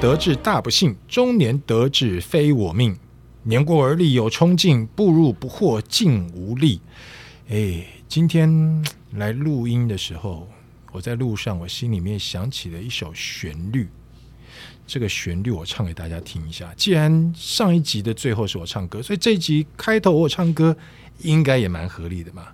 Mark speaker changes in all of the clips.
Speaker 1: 得志大不幸，中年得志非我命。年过而立有冲劲，步入不惑竟无力。哎，今天来录音的时候，我在路上，我心里面想起了一首旋律。这个旋律我唱给大家听一下。既然上一集的最后是我唱歌，所以这一集开头我唱歌应该也蛮合理的嘛。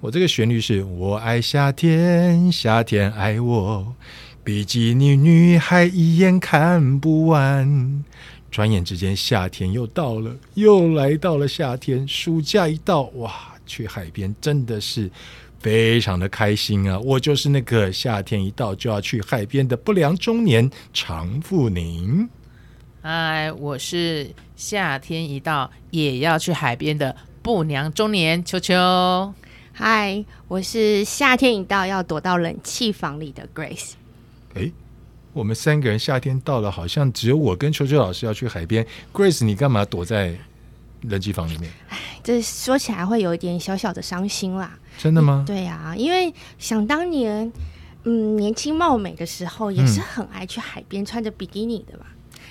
Speaker 1: 我这个旋律是我爱夏天，夏天爱我，比基尼女孩一眼看不完。转眼之间，夏天又到了，又来到了夏天。暑假一到，哇，去海边真的是非常的开心啊！我就是那个夏天一到就要去海边的不良中年常富宁。
Speaker 2: 嗨，哎我是夏天一到也要去海边的不良中年秋秋。
Speaker 3: 嗨，我是夏天一到要躲到冷气房里的 Grace。
Speaker 1: 诶，哎我们三个人夏天到了，好像只有我跟秋秋老师要去海边。Grace，你干嘛躲在冷气房里面？
Speaker 3: 这说起来会有一点小小的伤心啦。
Speaker 1: 真的吗？
Speaker 3: 对啊，因为想当年，嗯，年轻貌美的时候，也是很爱去海边穿着比基尼的嘛。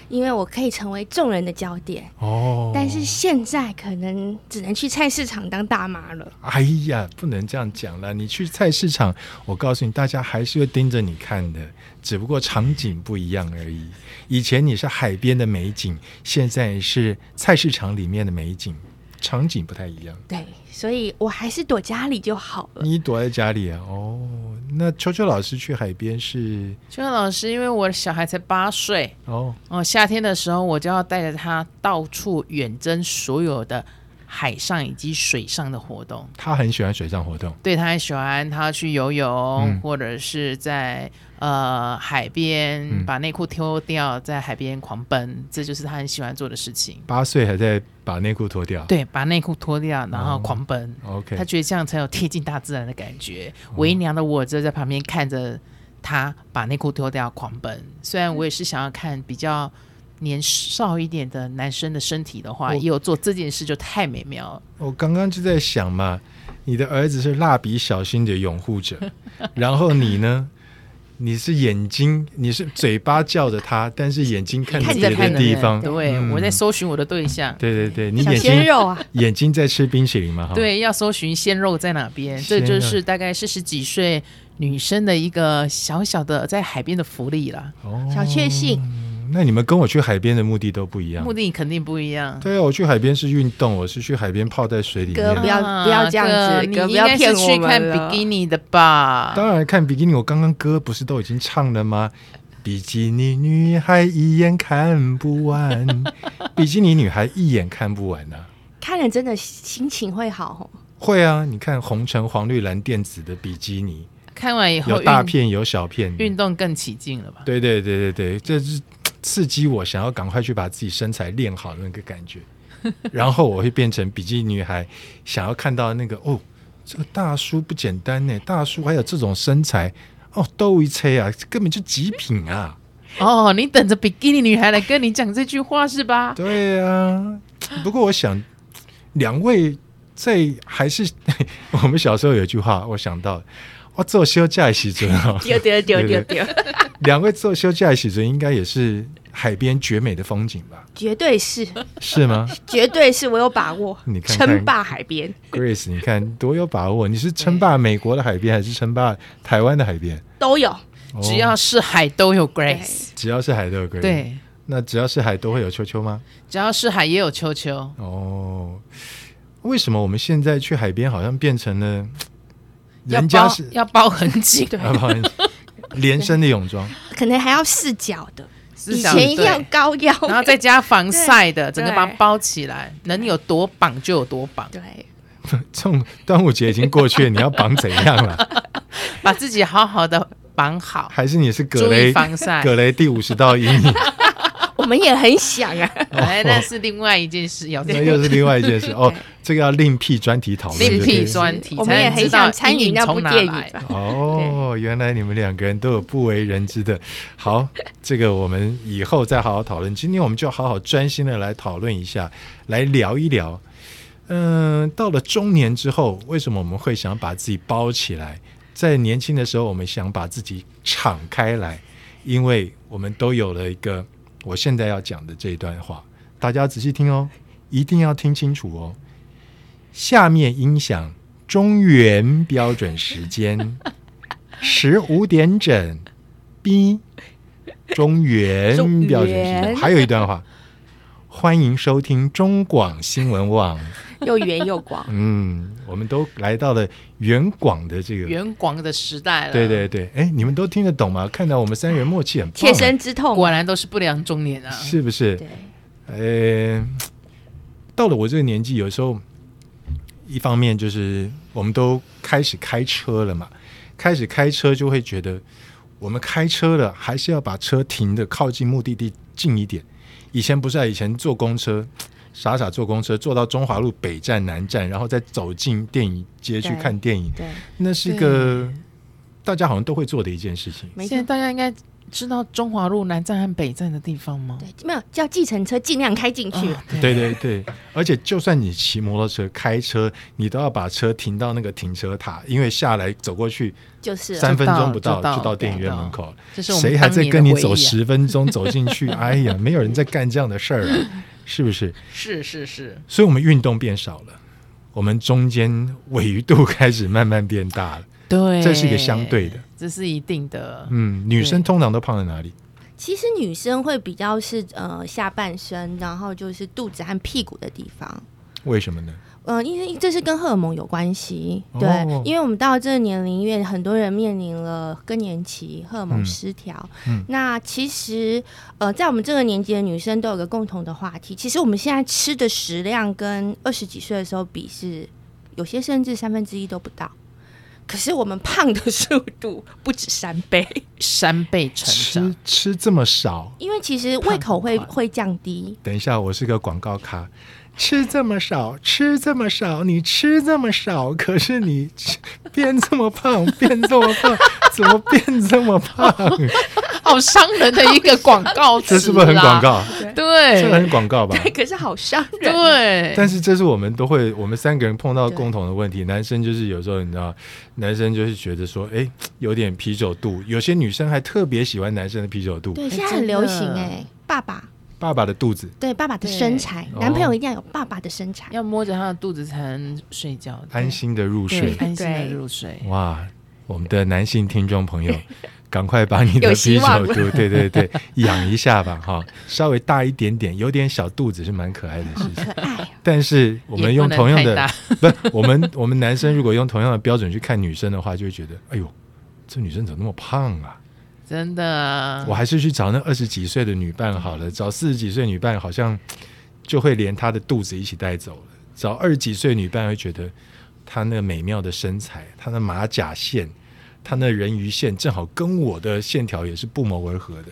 Speaker 3: 因为我可以成为众人的焦点，
Speaker 1: 哦，
Speaker 3: 但是现在可能只能去菜市场当大妈了。
Speaker 1: 哎呀，不能这样讲啦！你去菜市场，我告诉你，大家还是会盯着你看的，只不过场景不一样而已。以前你是海边的美景，现在是菜市场里面的美景，场景不太一样。
Speaker 3: 对，所以我还是躲家里就好了。
Speaker 1: 你躲在家里啊？哦，那秋秋老师去海边是
Speaker 2: 秋秋老师，因为我的小孩才八岁
Speaker 1: 哦，
Speaker 2: 哦，夏天的时候我就要带着他到处远征所有的海上以及水上的活动。
Speaker 1: 他很喜欢水上活动。
Speaker 2: 对他很喜欢，他去游泳，
Speaker 1: 嗯
Speaker 2: 或者是在呃海边、
Speaker 1: 嗯
Speaker 2: 把内裤脱掉，在海边狂奔，这就是他很喜欢做的事情。
Speaker 1: 八岁还在把内裤脱掉。
Speaker 2: 对，把内裤脱掉，然后
Speaker 1: 哦
Speaker 2: 狂奔。
Speaker 1: ，OK，哦
Speaker 2: 他觉得这样才有贴近大自然的感觉。为娘的我则在旁边看着他把内裤脱掉狂奔。虽然我也是想要看比较年少一点的男生的身体的话，
Speaker 1: 我
Speaker 2: 也有做这件事就太美妙了。
Speaker 1: 我刚刚就在想嘛，你的儿子是蜡笔小新的拥护 者，然后你呢？你是眼睛，你是嘴巴叫着他，但是眼睛看着
Speaker 2: 看
Speaker 1: 别
Speaker 2: 着看
Speaker 1: 的
Speaker 2: 着
Speaker 1: 地
Speaker 2: 呢
Speaker 1: 方。
Speaker 2: 对、
Speaker 1: 嗯
Speaker 2: 我在搜寻我的对象。
Speaker 1: 对对对，你
Speaker 3: 小
Speaker 1: 眼
Speaker 3: 鲜
Speaker 1: 睛
Speaker 3: 肉啊，
Speaker 1: 眼睛在吃冰淇淋吗？哈，
Speaker 2: 对，要搜寻鲜肉在哪边，
Speaker 1: 鲜
Speaker 2: 这
Speaker 1: 肉
Speaker 2: 就是大概是十几岁女生的一个小小的在海边的福利啦。
Speaker 1: 哦
Speaker 3: 小确幸。
Speaker 1: 那你们跟我去海边的目的都不一样
Speaker 2: 目。的肯定不一样。
Speaker 1: 对啊，我去海边是运动，我是去海边泡在水里
Speaker 3: 哥
Speaker 1: 面。
Speaker 3: 不要不要这样
Speaker 2: 哥
Speaker 3: 子
Speaker 2: 啊你
Speaker 3: 哥
Speaker 2: 应
Speaker 3: 不要
Speaker 2: 该
Speaker 3: 骗
Speaker 2: 是
Speaker 3: 我
Speaker 2: 去
Speaker 3: 们
Speaker 2: 看
Speaker 3: 了
Speaker 2: 比基尼的吧？
Speaker 1: 当然看比基尼，我刚刚歌不是都已经唱了吗？ 比基尼女孩一眼看不完， 比基尼女孩一眼看不完呐、啊
Speaker 3: 看了真的心情会好哦。
Speaker 1: 会啊，你看红橙黄绿蓝靛紫的比基尼，
Speaker 2: 看完以后
Speaker 1: 有大
Speaker 2: 运
Speaker 1: 片有小片。
Speaker 2: 运动更起劲了吧？
Speaker 1: 对对对对对，这是刺激我想要赶快去把自己身材练好的那个感觉。然后我会变成比基尼女孩，想要看到那个哦，这个大叔不简单呢，大叔还有这种身材哦，都一车啊，根本就极品啊！
Speaker 2: 哦，你等着比基尼女孩来跟你讲这句话是吧？
Speaker 1: 对啊，不过我想，两位在还是 我们小时候有一句话，我想到，我做休假的时阵 哦，
Speaker 3: 丢丢丢
Speaker 1: 对
Speaker 3: 丢
Speaker 1: 对
Speaker 3: 丢，
Speaker 1: 两位做休假的时阵，应该也是海边绝美的风景吧？
Speaker 3: 绝对是，
Speaker 1: 是 吗
Speaker 3: 绝对是我有把握，
Speaker 1: 你看看
Speaker 3: 称霸海边
Speaker 1: ，Grace？你看多有把握！你是称霸美国的海边，还是称霸台湾的海边？
Speaker 3: 都有。
Speaker 1: 哦
Speaker 2: 只要是海都有 Grace，
Speaker 1: 只要是海都有 Grace，
Speaker 2: 对，，
Speaker 1: 那只要是海都会有秋秋吗？
Speaker 2: 只要是海也有秋秋，
Speaker 1: 哦，为什么我们现在去海边好像变成了人
Speaker 2: 要
Speaker 1: 家
Speaker 2: 包
Speaker 1: 是
Speaker 2: 要包很紧，
Speaker 1: 啊不好意思连身的泳装，
Speaker 3: 可能还要四脚的，
Speaker 2: 是
Speaker 3: 以
Speaker 2: 这样
Speaker 3: 前一定要
Speaker 2: 对
Speaker 3: 高腰，
Speaker 2: 然后再加防晒的，
Speaker 3: 对
Speaker 2: 整个把它包起来，能有多绑就有多 绑，
Speaker 3: 对，
Speaker 1: 这种端午节已经过去了，你要绑怎样 了？
Speaker 2: 把自己好好的绑好，
Speaker 1: 还是你是葛
Speaker 2: 注意
Speaker 1: 雷？
Speaker 2: 防晒。
Speaker 1: 葛雷第五十道阴 影，
Speaker 3: 我们也很想啊，
Speaker 2: 哎，那是另外一件事，要
Speaker 1: 哦那又是另外一件事哦。这个要另辟专题讨论，
Speaker 2: 另
Speaker 1: 就对
Speaker 2: 辟
Speaker 1: 了
Speaker 2: 专题，
Speaker 3: 我们也很想参与那部电影
Speaker 2: 吧。
Speaker 3: 吧。
Speaker 1: 哦，原来你们两个人都有不为人知的。好，这个我们以后再好好讨论。今天我们就好好专心的来讨论一下，来聊一聊。嗯、到了中年之后，为什么我们会想把自己包起来？在年轻的时候，我们想把自己敞开来，因为我们都有了一个我现在要讲的这一段话，大家仔细听哦，一定要听清楚哦。下面音响中原标准时间十五点整，B 中
Speaker 3: 中
Speaker 1: 原
Speaker 3: 原
Speaker 1: 标准时间。还有一段话，欢迎收听中广新闻网。。
Speaker 3: 又圆又广
Speaker 1: 嗯，我们都来到了远广的这个，
Speaker 2: 圆广的时代了，
Speaker 1: 对对对，哎，你们都听得懂吗？看到我们三人默契很棒啊
Speaker 3: 切身之痛，
Speaker 2: 果然都是不良中年啊。
Speaker 1: 是不是？
Speaker 3: 对，
Speaker 1: 呃，到了我这个年纪，有时候一方面就是我们都开始开车了嘛，开始开车就会觉得我们开车了，还是要把车停的靠近目的地近一点。以前不是啊，以前坐公车。傻傻坐公车，坐到中华路北站、南站，然后再走进电影街去
Speaker 3: 对
Speaker 1: 看电影，
Speaker 3: 对，
Speaker 1: 那是一个大家好像都会做的一件事情。
Speaker 3: 没
Speaker 2: 现
Speaker 3: 错
Speaker 2: 在，大家应该知道中华路南站和北站的地方吗？
Speaker 3: 对，没有叫计程车尽量开进去，
Speaker 2: 啊
Speaker 1: 对对对，而且就算你骑摩托车、开车，你都要把车停到那个停车塔，因为下来走过去
Speaker 3: 就是
Speaker 1: 三分钟不
Speaker 2: 就到
Speaker 1: 到
Speaker 2: 了
Speaker 1: 就到电影院
Speaker 2: 就到
Speaker 1: 门口了。
Speaker 2: 这是我们
Speaker 1: 谁还在跟你走
Speaker 2: 当年的回忆啊？
Speaker 1: 十分钟走进 去？哎呀，没有人在干这样的事儿、啊，是不是？
Speaker 2: 是是是，
Speaker 1: 所以我们运动变少了，我们中间纬度开始慢慢变大了。
Speaker 2: 对，
Speaker 1: 这是一个相对的，
Speaker 2: 这是一定的。
Speaker 1: 嗯，女生
Speaker 2: 对
Speaker 1: 通常都胖在哪里？
Speaker 3: 其实女生会比较是呃下半身，然后就是肚子和屁股的地方。
Speaker 1: 为什么呢？
Speaker 3: 呃，因为这是跟荷尔蒙有关系，
Speaker 1: 哦
Speaker 3: 对，因为我们到这个年龄，因为很多人面临了更年期、荷尔蒙失调。
Speaker 1: 嗯嗯
Speaker 3: 那其实，呃，在我们这个年纪的女生都有个共同的话题，其实我们现在吃的食量跟二十几岁的时候比是，有些甚至三分之一都不到。可是我们胖的速度不止三倍，
Speaker 2: 三倍成
Speaker 1: 吃
Speaker 2: 长，
Speaker 1: 吃这么少，
Speaker 3: 因为其实胃口会
Speaker 2: 胖很快
Speaker 3: 会降低，
Speaker 1: 等一下，我是个广告咖，吃这么少，吃这么少，你吃这么少，可是你 吃变这么胖，变这么胖，怎么变这么胖？
Speaker 2: 好伤人的一个广告词，
Speaker 1: 这是不是很广？告？这
Speaker 2: 哎对
Speaker 1: 很广告吧？
Speaker 3: 对，可是好伤人。
Speaker 2: 对，
Speaker 1: 但是这是我们都会，我们三个人碰到共同的问题。男生就是有时候你知道，男生就是觉得说，哎，有点啤酒肚。有些女生还特别喜欢男生的啤酒肚，
Speaker 3: 对，
Speaker 2: 哎
Speaker 3: 现在
Speaker 2: 真
Speaker 3: 很流
Speaker 2: 的
Speaker 3: 行哎、爸爸
Speaker 1: 爸爸的肚子。
Speaker 3: 对爸爸的
Speaker 2: 对
Speaker 3: 身材，
Speaker 1: 哦
Speaker 3: 男朋友一定要有爸爸的身材。
Speaker 2: 要摸着他的肚子才能睡觉，
Speaker 1: 安心的入
Speaker 2: 对
Speaker 1: 睡，
Speaker 2: 安心的
Speaker 3: 对
Speaker 2: 入睡。
Speaker 1: 哇，我们的男性听众朋友，赶快把你的
Speaker 3: 有
Speaker 1: 啤
Speaker 3: 希望
Speaker 1: 酒
Speaker 3: 了
Speaker 1: 肚，对对对，养一下吧，哈，稍微大一点点，有点小肚子是蛮可爱的事情。
Speaker 3: 可爱，
Speaker 1: 但是我们用
Speaker 2: 也不能
Speaker 1: 同样的
Speaker 2: 太大，
Speaker 1: 不，我们 我们男生如果用同样的标准去看女生的话，就会觉得，哎呦，这女生怎么那么胖啊？
Speaker 2: 真的啊
Speaker 1: 我，还是去找那二十几岁的女伴好了，找四十几岁女伴好像就会连她的肚子一起带走了。找二十几岁女伴会觉得她那美妙的身材，她的马甲线，她那人鱼线正好跟我的线条也是不谋而合的。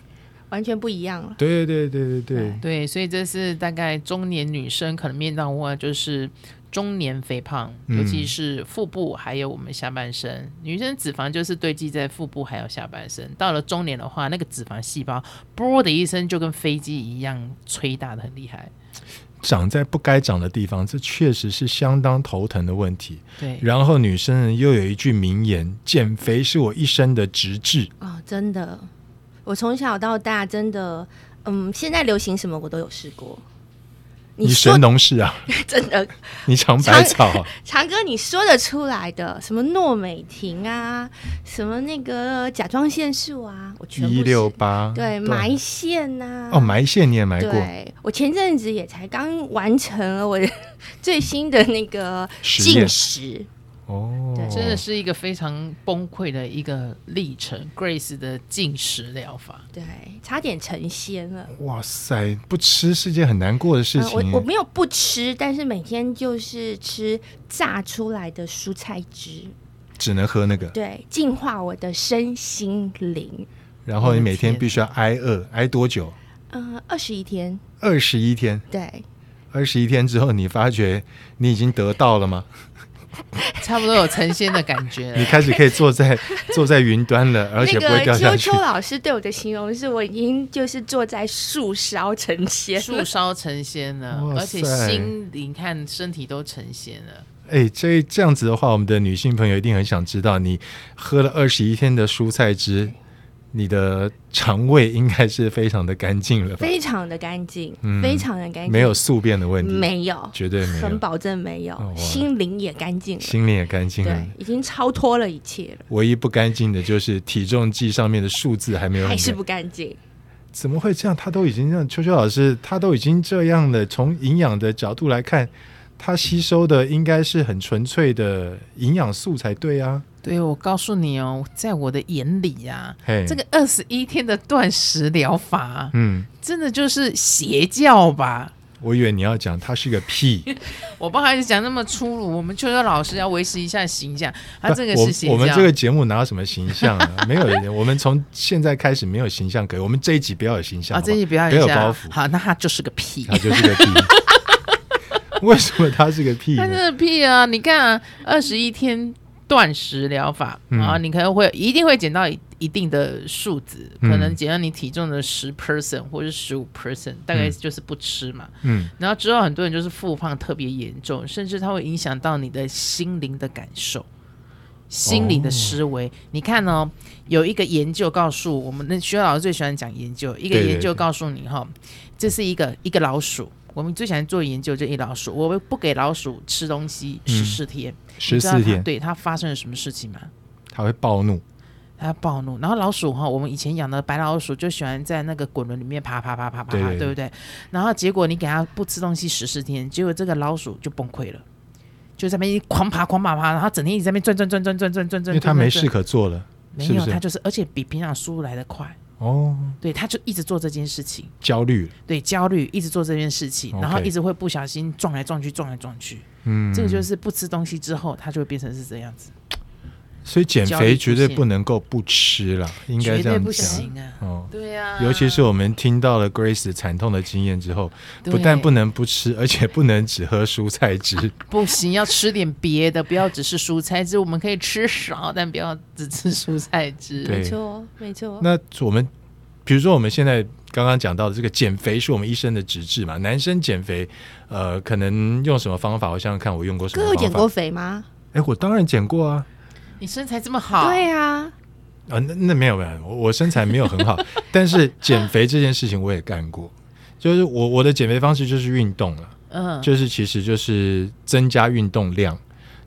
Speaker 3: 完全不一样了。
Speaker 1: 对对对对对，
Speaker 2: 对，所以这是大概中年女生可能面到的问题就是中年肥胖，
Speaker 1: 嗯
Speaker 2: 尤其是腹部还有我们下半身。女生脂肪就是堆积在腹部还有下半身，到了中年的话，那个脂肪细胞啵的一声就跟飞机一样吹大的很厉害。
Speaker 1: 长在不该长的地方，这确实是相当头疼的问题。
Speaker 2: 对，
Speaker 1: 然后女生呢又有一句名言：“减肥是我一生的直至。
Speaker 3: 哦，真的，我从小到大真的，嗯，现在流行什么我都有试过。”
Speaker 1: 你
Speaker 3: 说
Speaker 1: 神农氏啊，
Speaker 3: 真的，
Speaker 1: 你尝百草 啊、
Speaker 3: 长哥，你说得出来的，什么诺美婷啊，什么那个甲状腺素啊，我全部
Speaker 1: 一
Speaker 3: 试
Speaker 1: 六八，
Speaker 3: 对埋线呐、
Speaker 1: 哦，埋线你也埋过，
Speaker 3: 对，我前阵子也才刚完成了我的 最新的那个
Speaker 1: 实
Speaker 3: 进
Speaker 1: 验
Speaker 3: 食，
Speaker 1: 哦，
Speaker 3: 对
Speaker 2: 真的是一个非常崩溃的一个历程。Grace 的进食疗法，
Speaker 3: 对，差点成仙了。
Speaker 1: 哇塞，不吃是件很难过的事
Speaker 3: 呃
Speaker 1: 情
Speaker 3: 我
Speaker 1: 耶。
Speaker 3: 我没有不吃，但是每天就是吃榨出来的蔬菜汁，
Speaker 1: 只能喝那个，
Speaker 3: 对，净化我的身心灵。
Speaker 1: 然后你每天必须要挨饿，挨多久？
Speaker 3: 呃，二十一天，
Speaker 1: 二十一天，
Speaker 3: 对，
Speaker 1: 二十一天之后，你发觉你已经得到了吗？
Speaker 2: 差不多有成仙的感觉
Speaker 1: 你
Speaker 2: 了。
Speaker 1: 开始可以坐 在坐在云端了，而且不会
Speaker 3: 那
Speaker 1: 掉
Speaker 3: 个
Speaker 1: 下
Speaker 3: 秋
Speaker 1: 去
Speaker 3: 秋。老师对我的形容是我已经就是坐在树梢成仙了，
Speaker 2: 树梢成仙了
Speaker 1: 哇，
Speaker 2: 而且
Speaker 1: 塞
Speaker 2: 心灵看身体都成仙了。
Speaker 1: 哎，这这样子的话，我们的女性朋友一定很想知道，你喝了二十一天的蔬菜汁，你的肠胃应该是非常的干净了吧？
Speaker 3: 非常的干净，
Speaker 1: 嗯
Speaker 3: 非常的干净，
Speaker 1: 没有宿便的问题，
Speaker 3: 没有，
Speaker 1: 绝对没
Speaker 3: 很
Speaker 1: 有，
Speaker 3: 保证没有，
Speaker 1: 哦哇
Speaker 3: 心灵也干净了，
Speaker 1: 心里也干净了
Speaker 3: 对。，已经超脱了一切了，
Speaker 1: 唯一不干净的就是体重计上面的数字还没有很
Speaker 3: 还
Speaker 1: 干
Speaker 3: 是不干净。
Speaker 1: 怎么会这样？他都已经让秋秋老师，他都已经这样了。从营养的角度来看，他吸收的应该是很纯粹的营养素才对啊。
Speaker 2: 对，我告诉你哦，在我的眼里啊，
Speaker 1: 嘿，
Speaker 2: 这个二十一天的断食疗法，啊
Speaker 1: 嗯，
Speaker 2: 真的就是邪教吧？
Speaker 1: 我以为你要讲他是个屁，
Speaker 2: 我不好意思讲那么粗鲁，我们秋秋老师要维持一下形象，他
Speaker 1: 不
Speaker 2: 这个是邪教。
Speaker 1: 我我们这个节目哪有什么形象啊？ 没有人，我们从现在开始没有形象可以，我们哦这一集不要有形象
Speaker 2: 啊，
Speaker 1: 好不好
Speaker 2: 这一不要
Speaker 1: 不要有
Speaker 2: 下
Speaker 1: 包袱，
Speaker 2: 好，那他就是个屁。
Speaker 1: 他就是个屁。 为什么他是个屁
Speaker 2: 他真
Speaker 1: 呢？
Speaker 2: 的屁啊！你看啊，二十一天断食疗法、
Speaker 1: 嗯
Speaker 2: 啊，你可能会一定会减到一一定的数值，
Speaker 1: 嗯
Speaker 2: 可能减到你体重的十 percent 或者十五 percent，大概
Speaker 1: 嗯
Speaker 2: 就是不吃嘛。
Speaker 1: 嗯，
Speaker 2: 然后之后很多人就是复胖特别严重，甚至它会影响到你的心灵的感受。心理的
Speaker 1: 哦
Speaker 2: 思维，你看哦，有一个研究告诉我们，那学校老师最喜欢讲研究。一个
Speaker 1: 对对
Speaker 2: 研究
Speaker 1: 对
Speaker 2: 告诉你哈，这是一个一个老鼠，我们最喜欢做研究就一老鼠，我们不给老鼠吃东西
Speaker 1: 嗯
Speaker 2: 十四天，
Speaker 1: 十
Speaker 2: 你知道
Speaker 1: 四
Speaker 2: 它
Speaker 1: 天
Speaker 2: 对它发生了什么事情吗？
Speaker 1: 他会暴怒，
Speaker 2: 它暴怒，然后老鼠哈，我们以前养的白老鼠就喜欢在那个滚轮里面爬爬爬爬爬，
Speaker 1: 对
Speaker 2: 爬
Speaker 1: 对
Speaker 2: 对不对？然后结果你给它不吃东西十四天，结果这个老鼠就崩溃了，就在那边狂爬狂爬爬，然后整天一直在那边转转转转转转转
Speaker 1: 因
Speaker 2: 转，
Speaker 1: 为他没事
Speaker 2: 转，
Speaker 1: 可做了，
Speaker 2: 没
Speaker 1: 是不
Speaker 2: 有，
Speaker 1: 是
Speaker 2: 它就是，而且比平常输入来的快，
Speaker 1: 哦，
Speaker 2: 对，它就一直做这件事情，
Speaker 1: 焦虑了，
Speaker 2: 对，焦虑，一直做这件事情，然后
Speaker 1: OK
Speaker 2: 一直会不小心撞来撞去，撞来撞去，
Speaker 1: 嗯，
Speaker 2: 这个就是不吃东西之后，它就会变成是这样子，
Speaker 1: 所以减
Speaker 2: 焦
Speaker 1: 肥
Speaker 2: 虑
Speaker 1: 绝
Speaker 2: 出
Speaker 1: 对
Speaker 2: 现
Speaker 1: 不能够不吃啦，应该
Speaker 2: 绝
Speaker 1: 这
Speaker 2: 对
Speaker 1: 样
Speaker 2: 不
Speaker 1: 讲
Speaker 2: 行啊，
Speaker 1: 哦。
Speaker 2: 对呀、
Speaker 1: 尤其是我们听到了 Grace 惨痛的经验之后，
Speaker 2: 对啊
Speaker 1: 不但不能不吃，而且不能只喝蔬菜汁。
Speaker 2: 不行，要吃点别的，不要只是蔬菜汁。我们可以吃少，但不要只吃蔬菜汁。
Speaker 1: 对
Speaker 3: 没错，没错，
Speaker 1: 那我们比如说我们现在刚刚讲到的这个减肥是我们医生的职责嘛，男生减肥，呃，可能用什么方法？我想想看，我用过什
Speaker 3: 哥
Speaker 1: 么
Speaker 3: 有
Speaker 1: 方法？
Speaker 3: 减过肥吗？
Speaker 1: 哎，我当然减过啊。
Speaker 2: 你身材这么好，
Speaker 3: 对啊，
Speaker 1: 啊，那那没有没有，我我身材没有很好，但是减肥这件事情我也干过，就是我我的减肥方式就是运动了。
Speaker 2: 嗯，
Speaker 1: 就是其实就是增加运动量，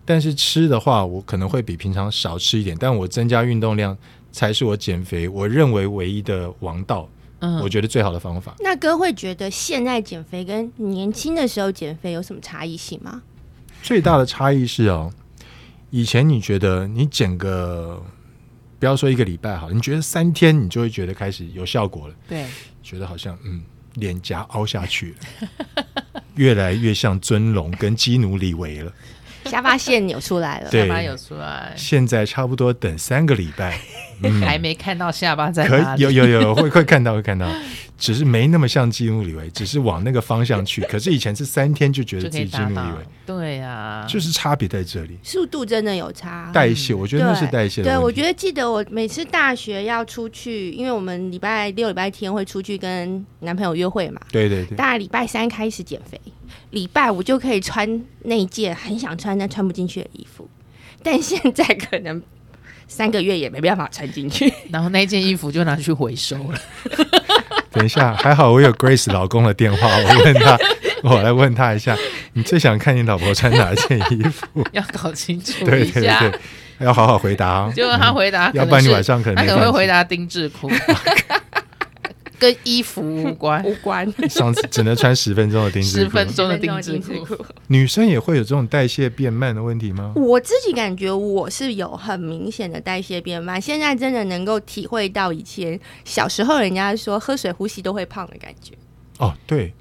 Speaker 1: 但是吃的话，我可能会比平常少吃一点，但我增加运动量才是我减肥我认为唯一的王道，
Speaker 2: 嗯
Speaker 1: 我觉得最好的方法。
Speaker 3: 那哥会觉得现在减肥跟年轻的时候减肥有什么差异性吗？
Speaker 1: 最大的差异是哦，以前你觉得你减个，不要说一个礼拜好了，你觉得三天你就会觉得开始有效果了，
Speaker 2: 对，
Speaker 1: 觉得好像嗯脸颊凹下去了， 越来越像尊龙跟基努里维了。
Speaker 3: 下巴线扭出来了，
Speaker 1: 对
Speaker 2: 下巴有出来，
Speaker 1: 现在差不多等三个礼拜。
Speaker 2: 还没看到下巴在
Speaker 1: 可
Speaker 2: 哪里。
Speaker 1: 有有有会会看到会看到，只是没那么像基努里维，只是往那个方向 去。可是以前是三天就觉得
Speaker 2: 就
Speaker 1: 自
Speaker 2: 可以
Speaker 1: 己基
Speaker 2: 达
Speaker 1: 努里
Speaker 2: 到嗯
Speaker 1: 维，。
Speaker 2: 对啊呀，
Speaker 1: 就是差别在这里。
Speaker 3: 速度真的有差。
Speaker 1: 代谢，我觉
Speaker 3: 对，
Speaker 1: 得那是代谢的
Speaker 3: 对，
Speaker 1: 问
Speaker 3: 我
Speaker 1: 题
Speaker 3: 觉得记得我每次大学要出去，因为我们礼拜六、礼拜天会出去跟男朋友约会嘛，
Speaker 1: 对对对，
Speaker 3: 大概礼拜三开始减肥，礼拜五就可以穿那一件很想穿但穿不进去的衣服，但现在可能三个月也没办法穿进去。
Speaker 2: 然后那件衣服就拿去回收 了。
Speaker 1: 等一下，还好我有 Grace 老公的电话，我问他， 我来问他一下，你最想看你老婆穿哪件衣 服？
Speaker 2: 要搞清楚
Speaker 1: 对
Speaker 2: 一
Speaker 1: 对
Speaker 2: 下。
Speaker 1: 对，要好好回答啊。
Speaker 2: 结果他回答，
Speaker 1: 要不然你晚上可能
Speaker 2: 他
Speaker 1: 没
Speaker 2: 可
Speaker 1: 饭
Speaker 2: 能会
Speaker 1: 吃
Speaker 2: 回答丁字 裤，跟衣服无关。
Speaker 3: 无 关，
Speaker 1: 上次只能穿十分钟的丁字
Speaker 2: 十
Speaker 1: 裤，
Speaker 2: 分钟的丁字裤，
Speaker 1: 女生也会有这种代谢变慢的问题吗？
Speaker 3: 我自己感觉我是有很明显的代谢变慢，现在真的能够体会到以前小时候人家说喝水呼吸都会胖的感觉。
Speaker 1: 哦，对，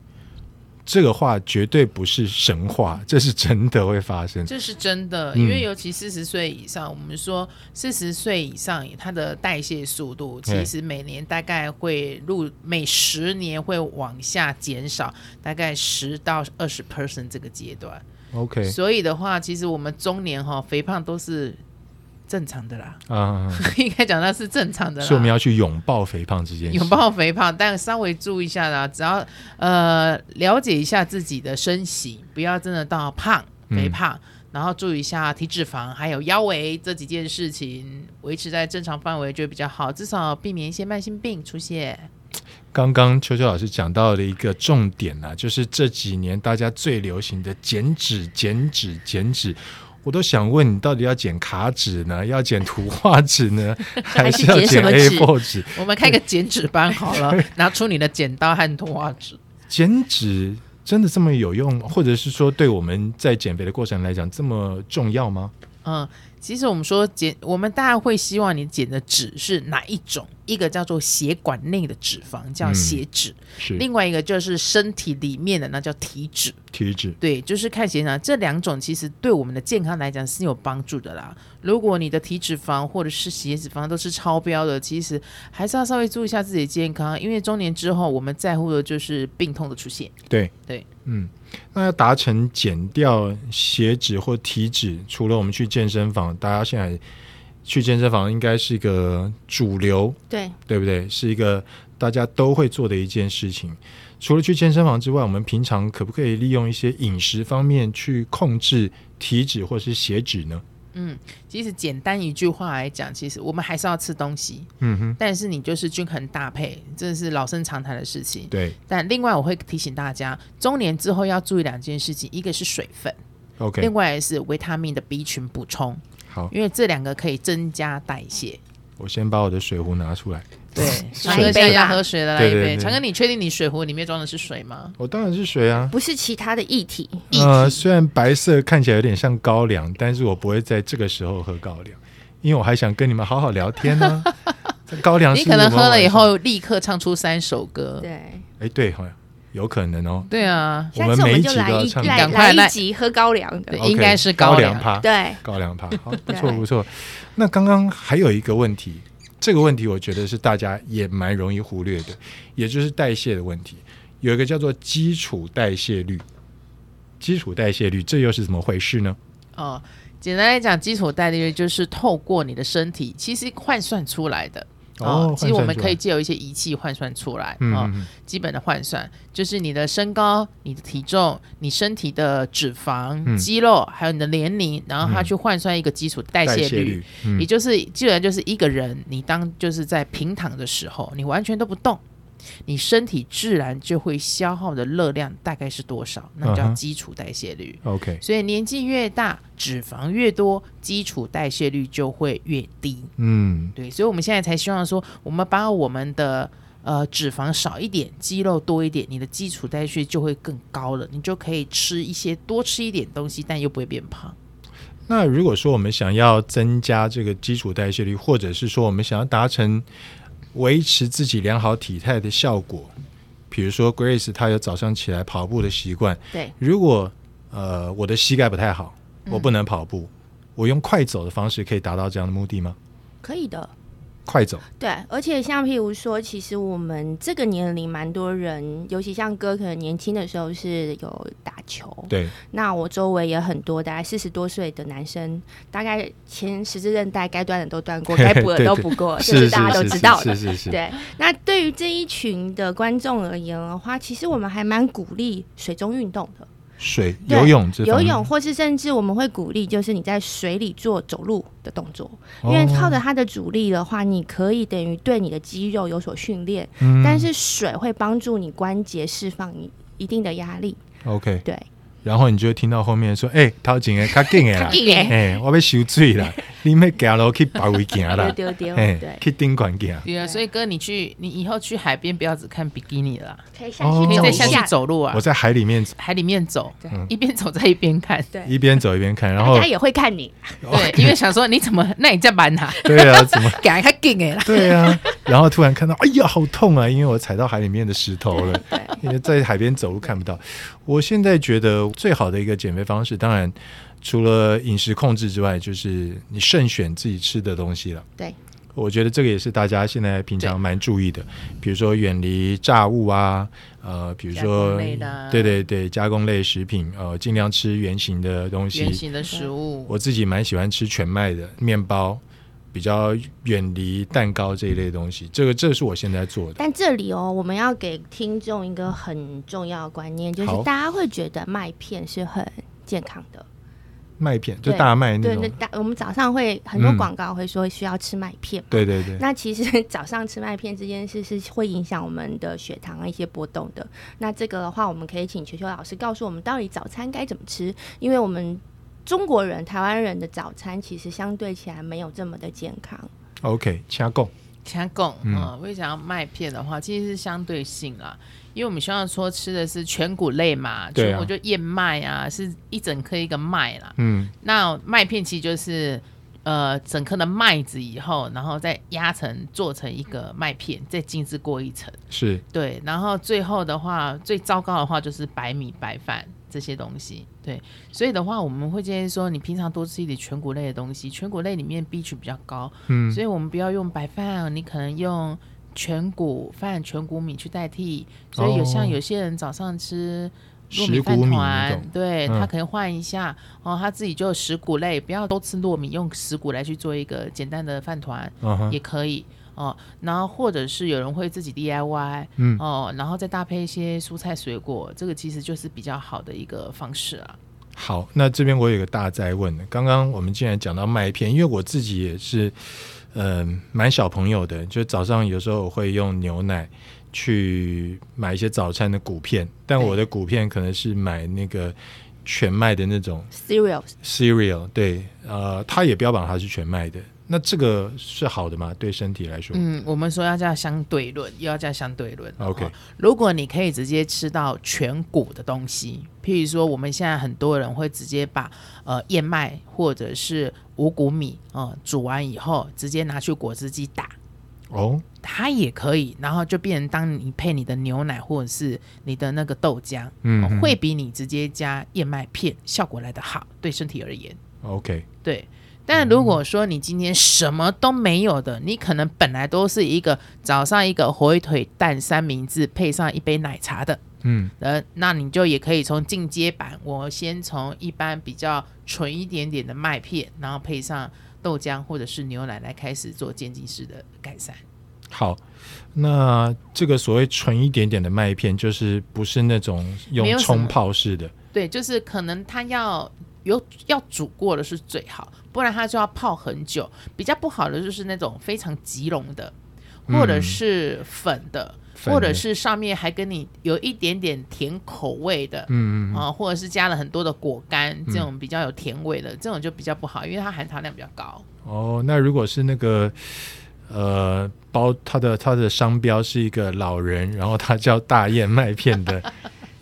Speaker 1: 这个话绝对不是神话，这是真的会发生。
Speaker 2: 这是真的，
Speaker 1: 嗯
Speaker 2: 因为尤其四十岁以上，我们说四十岁以上，它的代谢速度其实每年大概会入每十年会往下减少，大概十到二十 percent 这个阶段。
Speaker 1: OK
Speaker 2: 所以的话，其实我们中年哈、肥胖都是正常的啦，
Speaker 1: 啊、
Speaker 2: 应该讲它是正常的啦。
Speaker 1: 所以我们要去拥抱肥胖这件事。
Speaker 2: 拥抱肥胖，但稍微注意一下啦，只要呃了解一下自己的身形，不要真的到胖
Speaker 1: 嗯
Speaker 2: 肥胖。然后注意一下体脂肪还有腰围这几件事情，维持在正常范围就会比较好，至少避免一些慢性病出现。
Speaker 1: 刚刚秋秋老师讲到的一个重点啊，就是这几年大家最流行的减脂、减脂、减脂。我都想问你，到底要减卡纸呢，要减图画纸 呢，还是要
Speaker 3: 还是
Speaker 1: 减
Speaker 3: 减什么纸
Speaker 1: A4 纸？
Speaker 2: 我们开个减脂班好 了，拿出你的剪刀和拖把纸。
Speaker 1: 减脂真的这么有用，或者是说对我们在减肥的过程来讲这么重要吗？
Speaker 2: 嗯，其实我们说减，我们大家会希望你减的脂是哪一种？一个叫做血管内的脂肪，叫
Speaker 1: 嗯
Speaker 2: 血脂；
Speaker 1: 是
Speaker 2: 另外一个就是身体里面的，那叫体脂。
Speaker 1: 体脂
Speaker 2: 对，就是看血糖，这两种其实对我们的健康来讲是有帮助的啦。如果你的体脂肪或者是血脂肪都是超标的，其实还是要稍微注意一下自己的健康，因为中年之后我们在乎的就是病痛的出现。
Speaker 1: 对
Speaker 2: 对，
Speaker 1: 嗯，那要达成减掉血脂或体脂，除了我们去健身房，大家现在去健身房应该是一个主流，
Speaker 3: 对，
Speaker 1: 对不对？是一个大家都会做的一件事情。除了去健身房之外，我们平常可不可以利用一些饮食方面去控制体脂或是血脂呢？
Speaker 2: 嗯，其实简单一句话来讲，其实我们还是要吃东西，
Speaker 1: 嗯哼，
Speaker 2: 但是你就是均衡搭配，这是老生常谈的事情。
Speaker 1: 对
Speaker 2: 但另外我会提醒大家，中年之后要注意两件事情，一个是水分，
Speaker 1: ，OK，
Speaker 2: 另外是维他命的 B 群补充，
Speaker 1: 好，
Speaker 2: 因为这两个可以增加代谢。
Speaker 1: 我先把我的水壶拿出来。
Speaker 2: 对，强
Speaker 3: 来
Speaker 2: 哥
Speaker 3: 一杯
Speaker 2: 现在要
Speaker 3: 吧
Speaker 2: 喝水了，来一
Speaker 1: 对对
Speaker 2: 杯。
Speaker 1: 对
Speaker 2: 强哥，你确定你水壶里面装的是水吗？
Speaker 1: 我当然是水啊。
Speaker 3: 不是其他的议题。
Speaker 2: 液
Speaker 1: 呃，
Speaker 2: 体。
Speaker 1: 虽然白色看起来有点像高粱，但是我不会在这个时候喝高粱，因为我还想跟你们好好聊天 呢、这高啊粱是
Speaker 2: 你可能
Speaker 1: 我们
Speaker 2: 喝了以
Speaker 1: 晚上，
Speaker 2: 后立刻唱出三首歌。
Speaker 3: 对，
Speaker 1: 哎，对，好像有可能哦。
Speaker 2: 对啊，
Speaker 1: 我
Speaker 3: 下
Speaker 1: 们
Speaker 3: 次我
Speaker 1: 每一
Speaker 3: 们就
Speaker 1: 集都
Speaker 3: 来
Speaker 1: 要
Speaker 3: 一
Speaker 1: 唱
Speaker 3: 来
Speaker 2: 赶快
Speaker 3: 来
Speaker 2: 来
Speaker 3: 一集喝高粱
Speaker 2: 对
Speaker 3: 的。
Speaker 1: OK，
Speaker 2: 应该是
Speaker 1: 高
Speaker 2: 高
Speaker 1: 粱
Speaker 2: 粱
Speaker 1: 趴，
Speaker 3: 对，
Speaker 1: 高粱 趴，好，不
Speaker 3: 对
Speaker 1: 错不错。那刚刚还有一个问题，这个问题我觉得是大家也蛮容易忽略的，也就是代谢的问题，有一个叫做基础代谢率。基础代谢率，这又是怎么回事呢？
Speaker 2: 哦，简单来讲，基础代谢率就是透过你的身体，其实换算出来的。
Speaker 1: 哦
Speaker 2: 其实我
Speaker 1: 换算
Speaker 2: 们
Speaker 1: 出来
Speaker 2: 可以借由一些仪器换算出来。
Speaker 1: 嗯
Speaker 2: 哦
Speaker 1: 嗯，嗯
Speaker 2: 基本的换算就是你的身高、你的体重、你身体的脂肪、
Speaker 1: 嗯
Speaker 2: 肌肉，还有你的年龄，然后它去换算一个基础代
Speaker 1: 代
Speaker 2: 谢
Speaker 1: 谢率，嗯
Speaker 2: 也就是基本上就是一个人，你当就是在平躺的时候，你完全都不动，你身体自然就会消耗的热量大概是多少？那
Speaker 1: 嗯
Speaker 2: 叫
Speaker 1: 哼
Speaker 2: 基础代谢率。
Speaker 1: OK，
Speaker 2: 所以年纪越大，脂肪越多，基础代谢率就会越低。
Speaker 1: 嗯，
Speaker 2: 对，所以我们现在才希望说，我们把我们的呃脂肪少一点，肌肉多一点，你的基础代谢就会更高了，你就可以吃一些多吃一点东西，但又不会变胖。
Speaker 1: 那如果说我们想要增加这个基础代谢率，或者是说我们想要达成维持自己良好体态的效果，比如说 Grace 她有早上起来跑步的习惯，
Speaker 3: 对，
Speaker 1: 如果呃我的膝盖不太好，
Speaker 3: 嗯
Speaker 1: 我不能跑步，我用快走的方式可以达到这样的目的吗？
Speaker 3: 可以的。
Speaker 1: 快走，
Speaker 3: 对，而且像譬如说，其实我们这个年龄蛮多人，尤其像哥，可能年轻的时候是有打球。
Speaker 1: 对，
Speaker 3: 那我周围也很多，大概四十多岁的男生，大概前十字韧带该断的都断 过，该补的
Speaker 1: 对
Speaker 3: 都
Speaker 1: 对
Speaker 3: 补过，这
Speaker 1: 是
Speaker 3: 哦是大家都知道的
Speaker 1: 是。是是是，
Speaker 3: 对，那对于这一群的观众而言的话，其实我们还蛮鼓励水中运动的，
Speaker 1: 水
Speaker 3: 对
Speaker 1: 游泳这
Speaker 3: 游
Speaker 1: 方面
Speaker 3: 泳，，或是甚至我们会鼓励，就是你在水里做走路的动作，
Speaker 1: 哦
Speaker 3: 因为靠着它的阻力的话，你可以等于对你的肌肉有所训练，
Speaker 1: 嗯
Speaker 3: 但是水会帮助你关节释放你一定的压力。
Speaker 1: OK，
Speaker 3: 对，，
Speaker 1: 然后你就会听到后面说，哎、掏紧哎，卡紧哎啦
Speaker 3: 对
Speaker 1: 哎、我要受罪 啦，你要行路去别位行啦。
Speaker 3: 丢丢，
Speaker 1: 哎、
Speaker 3: 对，
Speaker 1: 去顶管行。
Speaker 2: 对啊，
Speaker 3: 对
Speaker 2: 所以哥，你去你以后去海边不要只看比基尼了啦，
Speaker 3: 可以
Speaker 1: 去哦
Speaker 2: 你
Speaker 1: 走
Speaker 2: 再
Speaker 1: 一
Speaker 2: 下去走路啊
Speaker 1: 我，在海里面走
Speaker 2: 海里面走
Speaker 3: 嗯对，
Speaker 2: 一边走在一边看。
Speaker 1: 一边走一边看， 然后
Speaker 3: 大家也会看你，
Speaker 2: 对，因为想说你怎么，那 你在玩哪？
Speaker 1: 对啊，怎么
Speaker 2: 赶快 进哎啦！
Speaker 1: 对啊，然后突然看到，哎呀，好痛啊！因为我踩到海里面的石头 了，因为在海边走路看不到。我现在觉得最好的一个减肥方式，当然除了饮食控制之外，就是你慎选自己吃的东西了。
Speaker 3: 对。
Speaker 1: 我觉得这个也是大家现在平常蛮注意的，比如说远离炸物啊，呃，比如
Speaker 2: 加
Speaker 1: 说
Speaker 2: 工类的啊
Speaker 1: 对对对，加工类食品，呃，尽量吃原形的东西，
Speaker 2: 圆形的食物，
Speaker 1: 我自己蛮喜欢吃全麦的面包，比较远离蛋糕这一类东西。这个这是我现在做的。
Speaker 3: 但这里哦，我们要给听众一个很重要的观念，就是
Speaker 1: 好
Speaker 3: 大家会觉得麦片是很健康的，
Speaker 1: 麦片，就
Speaker 3: 对
Speaker 1: 大麦那
Speaker 3: 对，
Speaker 1: 种
Speaker 3: 那。大我们早上会很多
Speaker 1: 嗯
Speaker 3: 广告会说需要吃麦片嘛，
Speaker 1: 对对对，
Speaker 3: 那其实早上吃麦片这件事是会影响我们的血糖的一些波动的。那这个的话，我们可以请球球老师告诉我们到底早餐该怎么吃，因为我们中国人、台湾人的早餐其实相对起来没有这么的健康。
Speaker 1: OK，掐供。
Speaker 2: 抢供，
Speaker 1: 嗯
Speaker 2: 嗯，我也想要麦片的话，其实是相对性啦，因为我们希望说吃的是全谷类嘛，
Speaker 1: 对啊
Speaker 2: 全谷就燕麦啊，是一整颗一个麦啦。
Speaker 1: 嗯，
Speaker 2: 那麦片其实就是呃整颗的麦子以后，然后再压成做成一个麦片，再精致过一层。
Speaker 1: 是
Speaker 2: 对，然后最后的话，最糟糕的话就是白米白饭这些东西。对，所以的话，我们会建议说，你平常多吃一点全谷类的东西，全谷类里面 B 群比较高，
Speaker 1: 嗯
Speaker 2: 所以我们不要用白饭，你可能用全谷饭、全谷米去代替。所以有像
Speaker 1: 哦
Speaker 2: 有些人早上吃。糯米
Speaker 1: 石
Speaker 2: 饭
Speaker 1: 谷米那
Speaker 2: 团
Speaker 1: 种，。
Speaker 2: 对
Speaker 1: 嗯
Speaker 2: 他可以换一下、哦，他自己就石谷类，不要都吃糯米，用石谷来去做一个简单的饭团、
Speaker 1: 嗯哼
Speaker 2: 也可以哦。然后或者是有人会自己 DIY，
Speaker 1: 嗯
Speaker 2: 哦，然后再搭配一些蔬菜水果，这个其实就是比较好的一个方式啊。
Speaker 1: 好，那这边我有个大在问的，刚刚我们竟然讲到麦片，因为我自己也是，嗯、蛮小朋友的，就早上有时候我会用牛奶去买一些早餐的谷片，但
Speaker 2: 对
Speaker 1: 我的谷片可能是买那个全麦的那种
Speaker 3: Cereals，
Speaker 1: cereal，对，呃，它也标榜它是全麦的，那这个是好的吗？对身体来说，
Speaker 2: 嗯，我们说要叫相对论，又要叫相对论。
Speaker 1: OK
Speaker 2: 哦如果你可以直接吃到全谷的东西，譬如说我们现在很多人会直接把呃燕麦或者是五谷米啊、呃煮完以后，直接拿去果汁机打。
Speaker 1: 哦，
Speaker 2: 它也可以，然后就变成当你配你的牛奶或者是你的那个豆浆，
Speaker 1: 嗯
Speaker 2: 哦
Speaker 1: 哼
Speaker 2: 会比你直接加燕麦片效果来得好，对身体而言。
Speaker 1: ，OK，
Speaker 2: 对。
Speaker 1: 嗯
Speaker 2: 但如果说你今天什么都没有的，你可能本来都是一个早上一个火腿蛋三明治配上一杯奶茶的，
Speaker 1: 嗯
Speaker 2: 呃，那你就也可以从进阶版，我先从一般比较纯一点点的麦片，然后配上豆浆或者是牛奶来开始做渐进式的改善。
Speaker 1: 好，那这个所谓纯一点点的麦片，就是不是那种
Speaker 2: 没
Speaker 1: 用
Speaker 2: 有什
Speaker 1: 冲
Speaker 2: 么
Speaker 1: 泡式的，
Speaker 2: 对，就是可能它要有要煮过的是最好，不然它就要泡很久。比较不好的就是那种非常急溶的，或者
Speaker 1: 嗯
Speaker 2: 是粉的，
Speaker 1: 粉
Speaker 2: 或者
Speaker 1: 的
Speaker 2: 是上面还跟你有一点点甜口味的。
Speaker 1: 嗯嗯嗯
Speaker 2: 啊、或者是加了很多的果干，这种比较有甜味的，这种就比较不好，因为它含糖量比较高。
Speaker 1: 哦，那如果是那个呃包它的它的商标是一个老人，然后他叫大燕麦片的，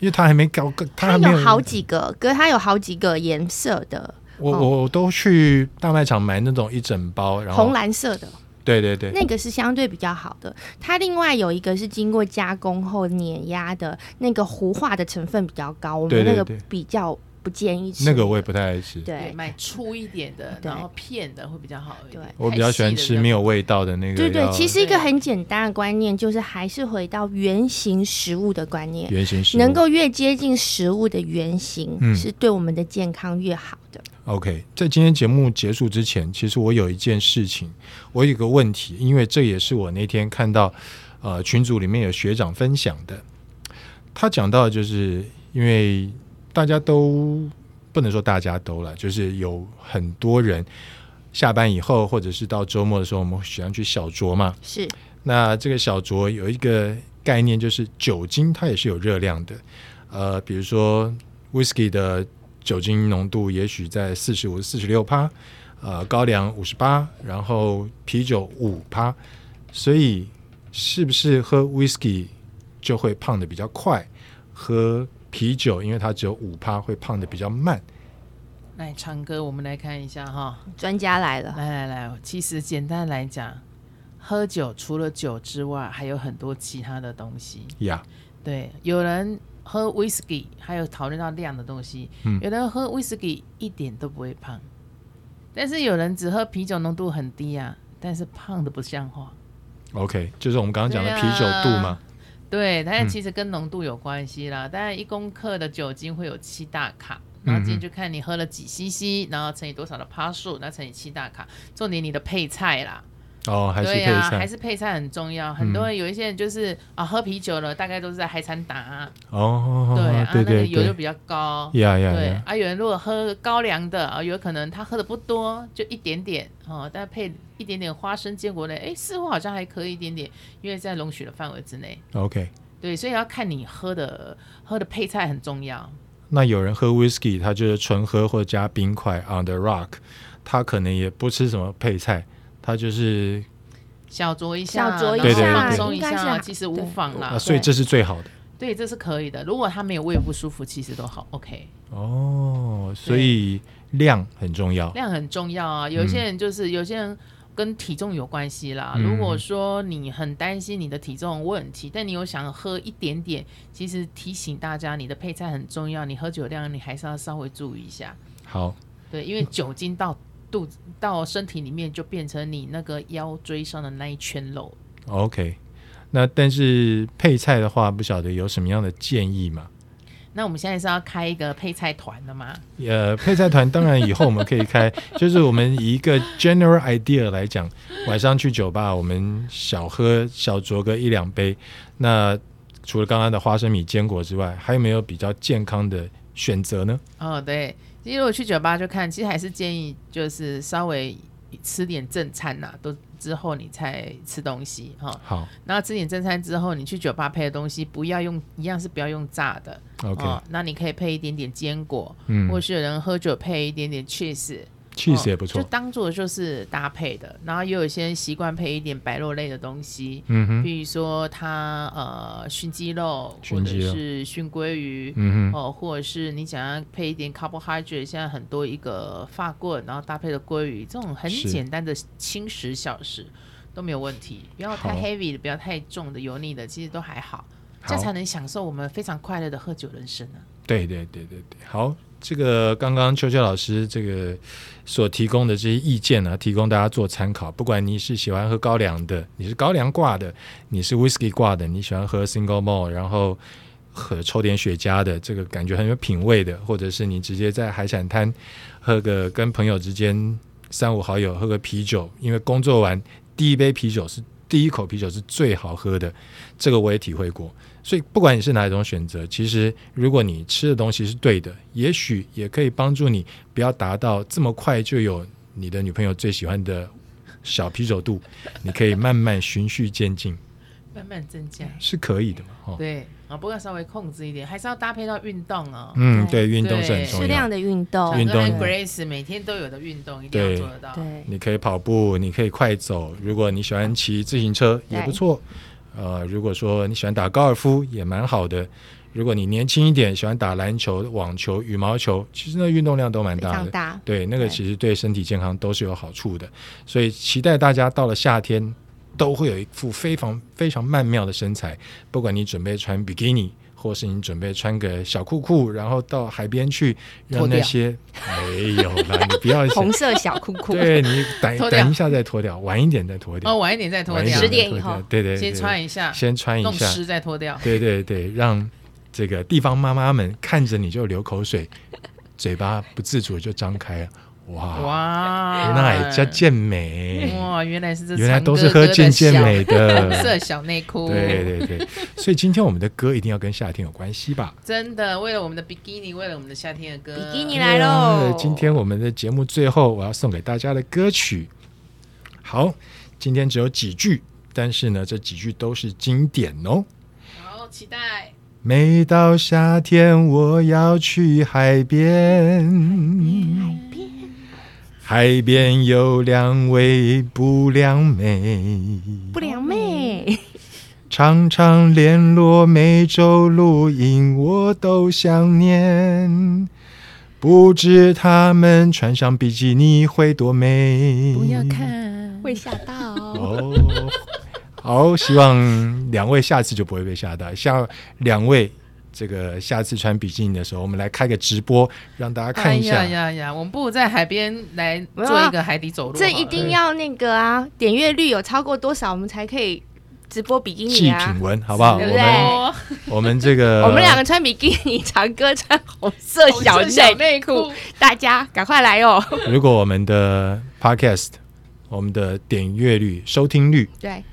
Speaker 1: 因为他还没搞，他
Speaker 3: 它
Speaker 1: 还没
Speaker 3: 有好几个，可是它有好几个颜色的，
Speaker 1: 我我我都去大卖场买那种一整包，然后
Speaker 3: 红蓝色的，
Speaker 1: 对对对，
Speaker 3: 那个是相对比较好的。它另外有一个是经过加工后碾压的，那个糊化的成分比较高，我
Speaker 1: 对
Speaker 3: 们
Speaker 1: 对
Speaker 3: 那个
Speaker 1: 对
Speaker 3: 比较不建议吃。
Speaker 1: 那个我也不太爱吃，
Speaker 2: 对，
Speaker 3: 对
Speaker 2: 买粗一点的，
Speaker 3: 对
Speaker 2: 然后片的会比较好一点
Speaker 3: 对。
Speaker 1: 我比较喜欢吃没
Speaker 2: 有。
Speaker 1: 有味道的那个要，
Speaker 3: 对对，其实一个
Speaker 2: 对
Speaker 3: 很简单的观念就是还是回到原型食物的观念，
Speaker 1: 圆形食物
Speaker 3: 能够越接近食物的原型，
Speaker 1: 嗯
Speaker 3: 是对我们的健康越好的。
Speaker 1: OK，在今天节目结束之前，其实我有一件事情，我有一个问题，因为这也是我那天看到，呃，群组里面有学长分享的，他讲到就是因为大家都不能说大家都了，就是有很多人下班以后，或者是到周末的时候，我们喜欢去小酌嘛。
Speaker 3: 是
Speaker 1: 那这个小酌有一个概念，就是酒精它也是有热量的，呃，比如说 whisky 的酒精浓度也许在四十五、四十六趴，呃，高粱五十八，然后啤酒五趴，所以是不是喝 whisky 就会胖的比较快？喝啤酒，因为它只有五趴，会胖的比较慢。
Speaker 2: 来，长哥，我们来看一下哈。
Speaker 3: 专家来了，
Speaker 2: 来来来，其实简单来讲，喝酒除了酒之外，还有很多其他的东西。
Speaker 1: 呀、
Speaker 2: 对，有人喝 whisky，还有讨论到量的东西。
Speaker 1: 嗯
Speaker 2: 有人喝 whisky 一点都不会胖，但是有人只喝啤酒浓度很低啊，但是胖的不像话。
Speaker 1: o k 就是我们刚刚讲的
Speaker 2: 对啊
Speaker 1: 啤酒度嘛。
Speaker 2: 对，但
Speaker 1: 嗯
Speaker 2: 是其实跟浓度有关系啦。当然，一公克的酒精会有七大卡，
Speaker 1: 嗯
Speaker 2: 然后今天就看你喝了几 CC，然后乘以多少的趴数，那乘以七大卡。重点你的配菜啦，
Speaker 1: 哦，还是
Speaker 2: 对
Speaker 1: 配
Speaker 2: 呀、
Speaker 1: 菜，嗯
Speaker 2: 还是配菜很重要。很多人有一些人就是、啊，喝啤酒了，大概都是在海产打啊，
Speaker 1: 哦，
Speaker 2: 对啊，
Speaker 1: 对
Speaker 2: 那个
Speaker 1: 对
Speaker 2: 油就
Speaker 1: 对，
Speaker 2: 比较高。
Speaker 1: 呀呀
Speaker 2: 对
Speaker 1: 呀，
Speaker 2: 啊，有人如果喝高粱的啊，有可能他喝的不多，就一点点哦，但配一点点花生坚果类，哎，似乎好像还可以一点点，因为在容许的范围之内。
Speaker 1: ，OK。
Speaker 2: 对，所以要看你喝的喝的配菜很重要。
Speaker 1: 那有人喝 whisky，他就是纯喝或者加冰块 on the rock，他可能也不吃什么配菜，他就是
Speaker 2: 小酌一下，
Speaker 3: 小酌一
Speaker 2: 然后
Speaker 1: 下
Speaker 2: 放松
Speaker 3: 应
Speaker 2: 一
Speaker 3: 该是
Speaker 2: 下，
Speaker 3: 好
Speaker 2: 其实无妨
Speaker 1: 啊、
Speaker 2: 啦。
Speaker 1: 所以
Speaker 3: 对
Speaker 1: 这是最好的
Speaker 2: 对，这是可以的。如果他没有胃不舒服，其实都好 OK。
Speaker 1: 哦。所以量很重要，
Speaker 2: 量很重要啊，有一些人就是、有些人跟体重有关系啦。
Speaker 1: 嗯
Speaker 2: 如果说你很担心你的体重问题，但你有想喝一点点，其实提醒大家，你的配菜很重要，你喝酒量你还是要稍微注意一下。
Speaker 1: 好，
Speaker 2: 对，因为酒精到肚子到身体里面就变成你那个腰椎上的那一圈肉。
Speaker 1: OK，那但是配菜的话，不晓得有什么样的建议嘛？
Speaker 2: 那我们现在是要开一个配菜团了吗？
Speaker 1: 呃，配菜团当然以后我们可以开，就是我们以一个 general idea 来讲，晚上去酒吧，我们小喝小酌个一两杯。那除了刚刚的花生米、坚果之外，还有没有比较健康的选择呢？
Speaker 2: 哦，对，其实如果去酒吧就看，其实还是建议就是稍微吃点正餐呐、都之后你才吃东西哈、哦。
Speaker 1: 好
Speaker 2: 然后吃点正餐之后，你去酒吧配的东西不要用，一样是不要用炸的
Speaker 1: ，OK，、
Speaker 2: 哦。那你可以配一点点坚果，或
Speaker 1: 嗯
Speaker 2: 者是有人喝酒配一点点 cheese，cheese、
Speaker 1: ，cheese 也不错，
Speaker 2: 啊哦就当做就是搭配的。然后也有一些人习惯配一点白肉类的东西，
Speaker 1: 嗯哼，
Speaker 2: 比如说他呃熏鸡肉，
Speaker 1: 熏鸡肉
Speaker 2: 或者是熏鲑鱼，
Speaker 1: 嗯哼，
Speaker 2: 哦，或者是你想要配一点 carbohydrate，现在很多一个法棍，然后搭配的鲑鱼，这种很
Speaker 1: 是
Speaker 2: 简单的轻食小食都没有问题，不要太
Speaker 1: 好
Speaker 2: heavy 的，不要太重的、油腻的，其实都还好，这样才
Speaker 1: 好，
Speaker 2: 能享受我们非常快乐的喝酒人生呢、啊
Speaker 1: 对对对对对，好。这个刚刚秋秋老师这个所提供的这些意见呢、提供大家做参考。不管你是喜欢喝高粱的，你是高粱挂的，你是 whisky 挂的，你喜欢喝 single malt，然后喝抽点雪茄的，这个感觉很有品味的，或者是你直接在海产摊喝个跟朋友之间三五好友喝个啤酒，因为工作完第一杯啤酒是第一口啤酒是最好喝的，这个我也体会过。所以不管你是哪一种选择，其实如果你吃的东西是对的，也许也可以帮助你不要达到这么快就有你的女朋友最喜欢的小啤酒肚， 你可以慢慢循序渐进，
Speaker 2: 慢慢增加。
Speaker 1: 是可以的嘛？哦，
Speaker 2: 对啊，不过稍微控制一点，还是要搭配到运动哦。
Speaker 1: 嗯，
Speaker 3: 对
Speaker 1: 对，运动是很重
Speaker 3: 适
Speaker 1: 要
Speaker 3: 量。的运动，
Speaker 1: 运动
Speaker 2: 像哦 Grace 每天都有的运动一定
Speaker 1: 对
Speaker 2: 要做得到。
Speaker 3: 对，
Speaker 1: 你可以跑步，你可以快走。如果你喜欢骑自行车
Speaker 3: 对
Speaker 1: 也不错，呃，如果说你喜欢打高尔夫也蛮好的。如果你年轻一点，喜欢打篮球、网球、羽毛球，其实那运动量都蛮
Speaker 3: 非
Speaker 1: 大
Speaker 3: 常
Speaker 1: 的。
Speaker 3: 大。
Speaker 1: 对，那个
Speaker 3: 对
Speaker 1: 其实对身体健康都是有好处的。所以期待大家到了夏天都会有一副非常非常曼妙的身材，不管你准备穿比基尼。或是你准备穿个小裤裤，然后到海边去，让
Speaker 2: 脱
Speaker 1: 那
Speaker 2: 掉
Speaker 1: 些没有啦，你不要想
Speaker 3: 红色小裤裤，
Speaker 1: 对 你等
Speaker 2: 脱掉
Speaker 1: 等一下再脱掉，晚一点再脱掉，
Speaker 2: 哦，晚一点再脱
Speaker 1: 晚一
Speaker 2: 掉
Speaker 1: 点再
Speaker 3: 十
Speaker 1: 脱掉，
Speaker 3: 点以后
Speaker 1: 对对，对
Speaker 2: 先穿一下，
Speaker 1: 先穿一
Speaker 2: 弄
Speaker 1: 下，
Speaker 2: 湿再脱掉。
Speaker 1: 对对对，让这个地方妈妈们看着你就流口水，嘴巴不自主就张开了，哇，
Speaker 2: 哇，
Speaker 1: 那也叫健美，
Speaker 2: 哎哇，原来是这
Speaker 1: 原来
Speaker 2: 长
Speaker 1: 都是
Speaker 2: 哥
Speaker 1: 喝
Speaker 2: 哥的
Speaker 1: 健健美
Speaker 2: 小红
Speaker 1: 的，
Speaker 2: 色小内裤。
Speaker 1: 对对对，所以今天我们的歌一定要跟夏天有关系吧。
Speaker 2: 真的为了我们的比基尼，为了我们的夏天的歌，
Speaker 3: 比基尼
Speaker 1: 对
Speaker 3: 来喽
Speaker 1: 啊！今天我们的节目最后，我要送给大家的歌曲，好，今天只有几句，但是呢，这几句都是经典哦。
Speaker 2: 好期待。
Speaker 1: 每到夏天，我要去海边，
Speaker 3: 海边
Speaker 1: 海边有两位不良妹，
Speaker 3: 不良妹，
Speaker 1: 常常联络，每周录音，我都想念。不知她们穿上比基尼会多美。
Speaker 2: 不要看，
Speaker 3: 会吓到。
Speaker 1: 哦，好，希望两位下次就不会被吓到。像两位这个下次穿比基尼的时候，我们来开个直播，让大家看一下。
Speaker 2: 哎呀呀呀，我们不如在海边来做一个海底走路好了，
Speaker 3: 这一定要那个啊，点阅率有超过多少，我们才可以直播比基
Speaker 1: 细
Speaker 3: 尼啊
Speaker 1: 品？文，好不好？
Speaker 3: 对
Speaker 1: 我
Speaker 3: 不对
Speaker 1: 们
Speaker 2: 哦
Speaker 1: 我们这个，
Speaker 3: 我们两个穿比基尼，长哥穿红色小
Speaker 2: 红色小
Speaker 3: 内
Speaker 2: 内
Speaker 3: 裤
Speaker 2: 裤，
Speaker 3: 大家赶快来哦！
Speaker 1: 如果我们的 podcast 我们的点阅率、收听率
Speaker 3: 对，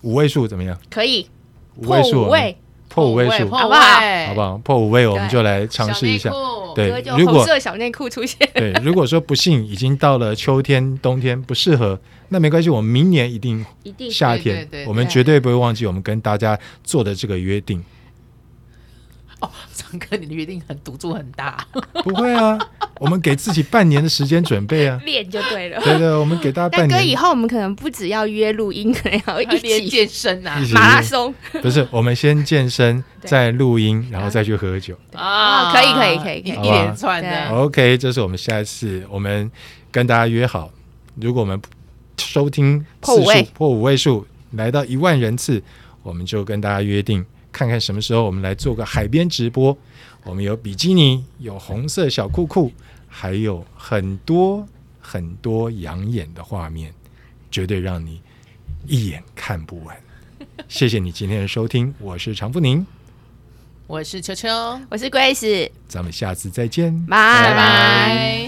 Speaker 1: 五位数怎么样？
Speaker 3: 可以
Speaker 1: 五
Speaker 3: 破
Speaker 1: 位数，
Speaker 3: 五位，
Speaker 1: 破五位数，
Speaker 2: 破
Speaker 3: 好不好
Speaker 2: 位
Speaker 1: 好不？好？破五位，我们
Speaker 3: 对
Speaker 1: 就来尝试一下
Speaker 2: 小。内裤，
Speaker 1: 对
Speaker 3: 哥就
Speaker 1: 如果
Speaker 3: 红色小内裤出现，
Speaker 1: 对，如果说不幸已经到了秋天、冬天不适合，那没关系，我们明年一定
Speaker 3: 一定
Speaker 1: 夏
Speaker 2: 对
Speaker 1: 天
Speaker 2: 对对，
Speaker 1: 我们
Speaker 3: 对
Speaker 1: 绝对不会忘记我们跟大家做的这个约定。
Speaker 2: 哦，张哥，你的约定很赌注很大，
Speaker 1: 不会啊，我们给自己半年的时间准备 啊。
Speaker 3: 练就对了。
Speaker 1: 对对，我们给大家
Speaker 3: 但
Speaker 1: 半
Speaker 3: 哥
Speaker 1: 年。
Speaker 3: 以后我们可能不只要约录音，可能还要一
Speaker 2: 连
Speaker 3: 起
Speaker 2: 健身啊
Speaker 1: 一起
Speaker 3: 马拉松。
Speaker 1: 不是，我们先健身，
Speaker 3: 对
Speaker 1: 再录音，然后再去喝酒。
Speaker 2: 啊
Speaker 3: 啊可以可以可以
Speaker 2: 一
Speaker 1: 好吧
Speaker 2: 一连串
Speaker 3: 对
Speaker 2: 的，
Speaker 1: OK，这是我们下一次我们跟大家约好，如果我们收听
Speaker 3: 破五
Speaker 1: 次数
Speaker 3: 位
Speaker 1: 破五位数，来到一万人次，我们就跟大家约定，看看什么时候我们来做个海边直播。我们有比基尼，有红色小裤裤，还有很多很多养眼的画面，绝对让你一眼看不完。谢谢你今天的收听，我是常富宁，
Speaker 2: 我是球球，
Speaker 3: 我是 Grace，
Speaker 1: 咱们下次再见，
Speaker 3: 拜
Speaker 2: 拜拜。